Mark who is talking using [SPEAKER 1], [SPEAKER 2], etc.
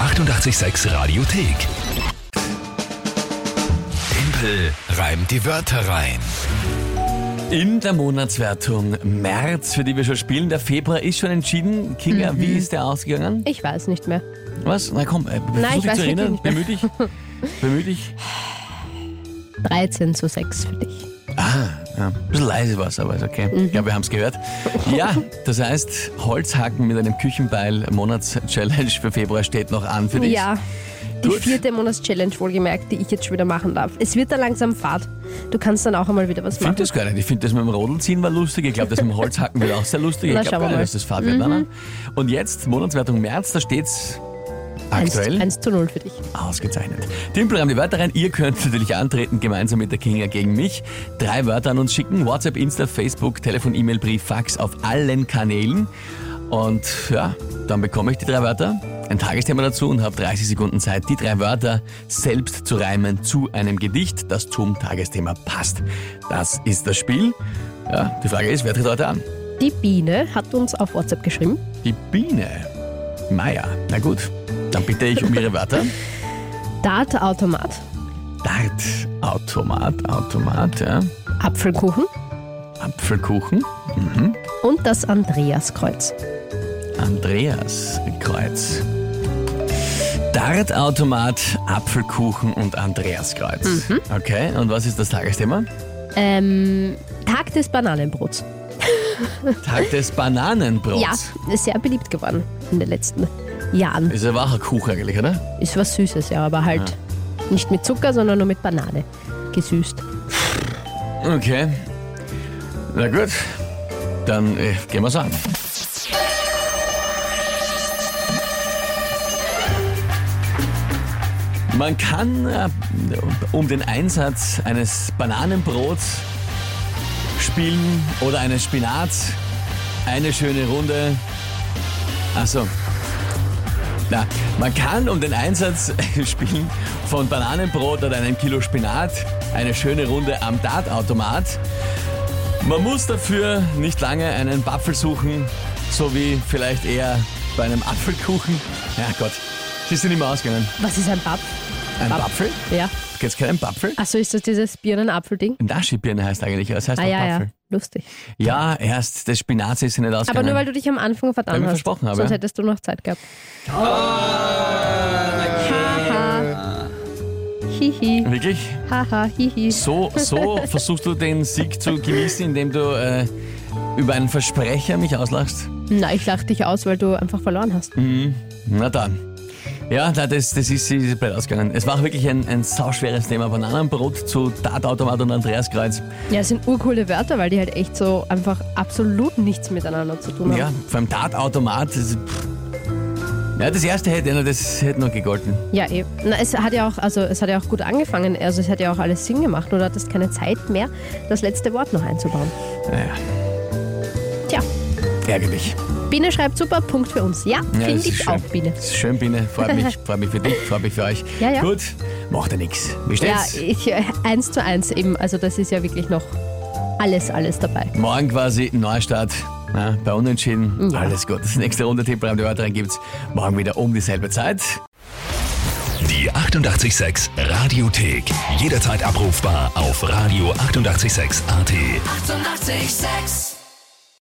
[SPEAKER 1] 886 Radiothek. Tempel reimt die Wörter rein.
[SPEAKER 2] In der Monatswertung März, für die wir schon spielen, der Februar ist schon entschieden. Kinga,
[SPEAKER 3] Mhm.
[SPEAKER 2] wie ist der ausgegangen?
[SPEAKER 3] Ich weiß nicht mehr.
[SPEAKER 2] Was? Na komm, äh, versuch
[SPEAKER 3] ich
[SPEAKER 2] dich
[SPEAKER 3] weiß
[SPEAKER 2] zu erinnern.
[SPEAKER 3] wirklich
[SPEAKER 2] Bemühe dich. Bemühe dich.
[SPEAKER 3] 13 zu 6 für dich.
[SPEAKER 2] Ja, ein bisschen leise war es, aber ist okay.
[SPEAKER 3] Mhm.
[SPEAKER 2] Ich glaube, wir haben es gehört. Ja, das heißt, Holzhacken mit einem Küchenbeil Monatschallenge für Februar steht noch an für dich.
[SPEAKER 3] Ja. Die
[SPEAKER 2] Gut.
[SPEAKER 3] vierte Monatschallenge wohlgemerkt, die ich jetzt schon wieder machen darf. Es wird da langsam Fahrt. Du kannst dann auch einmal wieder was
[SPEAKER 2] Ich
[SPEAKER 3] machen.
[SPEAKER 2] finde das gar nicht. Ich finde das mit dem Rodelziehen war lustig. Ich glaube, das mit dem Holzhacken wird auch sehr lustig.
[SPEAKER 3] Na,
[SPEAKER 2] ich
[SPEAKER 3] schauen
[SPEAKER 2] glaube,
[SPEAKER 3] wir mal. Mhm.
[SPEAKER 2] dass das Fahrt wird. Nein, nein. Und jetzt, Monatswertung März, da steht's
[SPEAKER 3] Eins-
[SPEAKER 2] aktuell.
[SPEAKER 3] 1 zu 0 für dich.
[SPEAKER 2] Ausgezeichnet. Timpel, haben die Wörter rein. Ihr könnt natürlich antreten, gemeinsam mit der Kinga gegen mich. Drei Wörter an uns schicken. WhatsApp, Insta, Facebook, Telefon, E-Mail, Brief, Fax auf allen Kanälen. Und ja, dann bekomme ich die drei Wörter, ein Tagesthema dazu und habe 30 Sekunden Zeit, die drei Wörter selbst zu reimen zu einem Gedicht, das zum Tagesthema passt. Das ist das Spiel. Ja, die Frage ist, wer tritt heute an?
[SPEAKER 3] Die Biene hat uns auf WhatsApp geschrieben.
[SPEAKER 2] Die Biene. Meier. Na gut, dann bitte ich um ihre Wörter.
[SPEAKER 3] Dart-Automat,
[SPEAKER 2] Dartautomat, Automat, ja.
[SPEAKER 3] Apfelkuchen
[SPEAKER 2] Apfelkuchen,
[SPEAKER 3] und das Andreaskreuz.
[SPEAKER 2] Andreas Kreuz. Dartautomat, Apfelkuchen und Andreas Kreuz. Okay, und was ist das Tagesthema?
[SPEAKER 3] Ähm, Tag des Bananenbrots.
[SPEAKER 2] Tag des Bananenbrots.
[SPEAKER 3] Ja, ist sehr beliebt geworden in den letzten Jahren.
[SPEAKER 2] Ist ja auch ein Kuchen eigentlich, oder?
[SPEAKER 3] Ist was Süßes, ja, aber halt nicht mit Zucker, sondern nur mit Banane. Gesüßt.
[SPEAKER 2] Okay. Na gut, dann äh, gehen wir's an. Man kann äh, um den Einsatz eines Bananenbrots spielen oder eines Spinats eine schöne Runde. Achso. Na, man kann um den Einsatz spielen von Bananenbrot oder einem Kilo Spinat eine schöne Runde am Dartautomat. Man muss dafür nicht lange einen Baffel suchen, so wie vielleicht eher bei einem Apfelkuchen. Ja Gott, sie sind immer ausgegangen.
[SPEAKER 3] Was ist ein Bab?
[SPEAKER 2] Ein
[SPEAKER 3] Bap-
[SPEAKER 2] Baffel?
[SPEAKER 3] Ja.
[SPEAKER 2] Kennst du keinen Baffel?
[SPEAKER 3] Achso, ist das dieses Birnenapfel-Ding?
[SPEAKER 2] Naschibirne heißt eigentlich, das heißt
[SPEAKER 3] Ah
[SPEAKER 2] auch
[SPEAKER 3] ja, ja.
[SPEAKER 2] Baffel.
[SPEAKER 3] Lustig.
[SPEAKER 2] Ja, erst das Spinat ist nicht ausgegangen.
[SPEAKER 3] Aber nur weil du dich am Anfang
[SPEAKER 2] Weil
[SPEAKER 3] verdammt
[SPEAKER 2] ich
[SPEAKER 3] hast.
[SPEAKER 2] versprochen habe,
[SPEAKER 3] Sonst
[SPEAKER 2] ja.
[SPEAKER 3] hättest du noch Zeit gehabt. Haha. Hihi.
[SPEAKER 2] Wirklich?
[SPEAKER 3] Haha, hihi.
[SPEAKER 2] So, so versuchst du den Sieg zu genießen, indem du äh, über einen Versprecher mich auslachst?
[SPEAKER 3] Na, ich lache dich aus, weil du einfach verloren hast.
[SPEAKER 2] Hm. Na dann. Ja, na, das, das ist, das ist blöd ausgegangen. Es war auch wirklich ein, ein sauschweres Thema. Bananenbrot zu Tatautomat und Andreas Kreuz.
[SPEAKER 3] Ja, es sind urcoole Wörter, weil die halt echt so einfach absolut nichts miteinander zu tun haben.
[SPEAKER 2] Ja, vor allem Tatautomat. Das, ist- pff. ja, das erste hätte, ja, das hätte noch gegolten.
[SPEAKER 3] Ja, eh. Na, es hat ja auch, also es hat ja auch gut angefangen. Also es hat ja auch alles Sinn gemacht. Du hattest keine Zeit mehr, das letzte Wort noch einzubauen.
[SPEAKER 2] Naja,
[SPEAKER 3] Tja,
[SPEAKER 2] ärgerlich.
[SPEAKER 3] Biene schreibt super, Punkt für uns. Ja,
[SPEAKER 2] Ja, das
[SPEAKER 3] finde
[SPEAKER 2] ist
[SPEAKER 3] ich
[SPEAKER 2] schön.
[SPEAKER 3] auch, Biene.
[SPEAKER 2] Das ist schön, Biene. Freut mich. Freut mich für dich, freut mich für euch.
[SPEAKER 3] Ja, ja.
[SPEAKER 2] Gut, macht ja nichts. Wie
[SPEAKER 3] Ja,
[SPEAKER 2] steht's?
[SPEAKER 3] ich, äh, eins zu eins eben. Also das ist ja wirklich noch alles, alles dabei.
[SPEAKER 2] Morgen quasi Neustart. Na, bei Unentschieden.
[SPEAKER 3] Ja.
[SPEAKER 2] Alles gut. Das nächste Runde Tipp beim Wörter gibt's morgen wieder um dieselbe Zeit.
[SPEAKER 1] Die 886 Radiothek. Jederzeit abrufbar auf radio886.at. 886! 886.
[SPEAKER 4] 886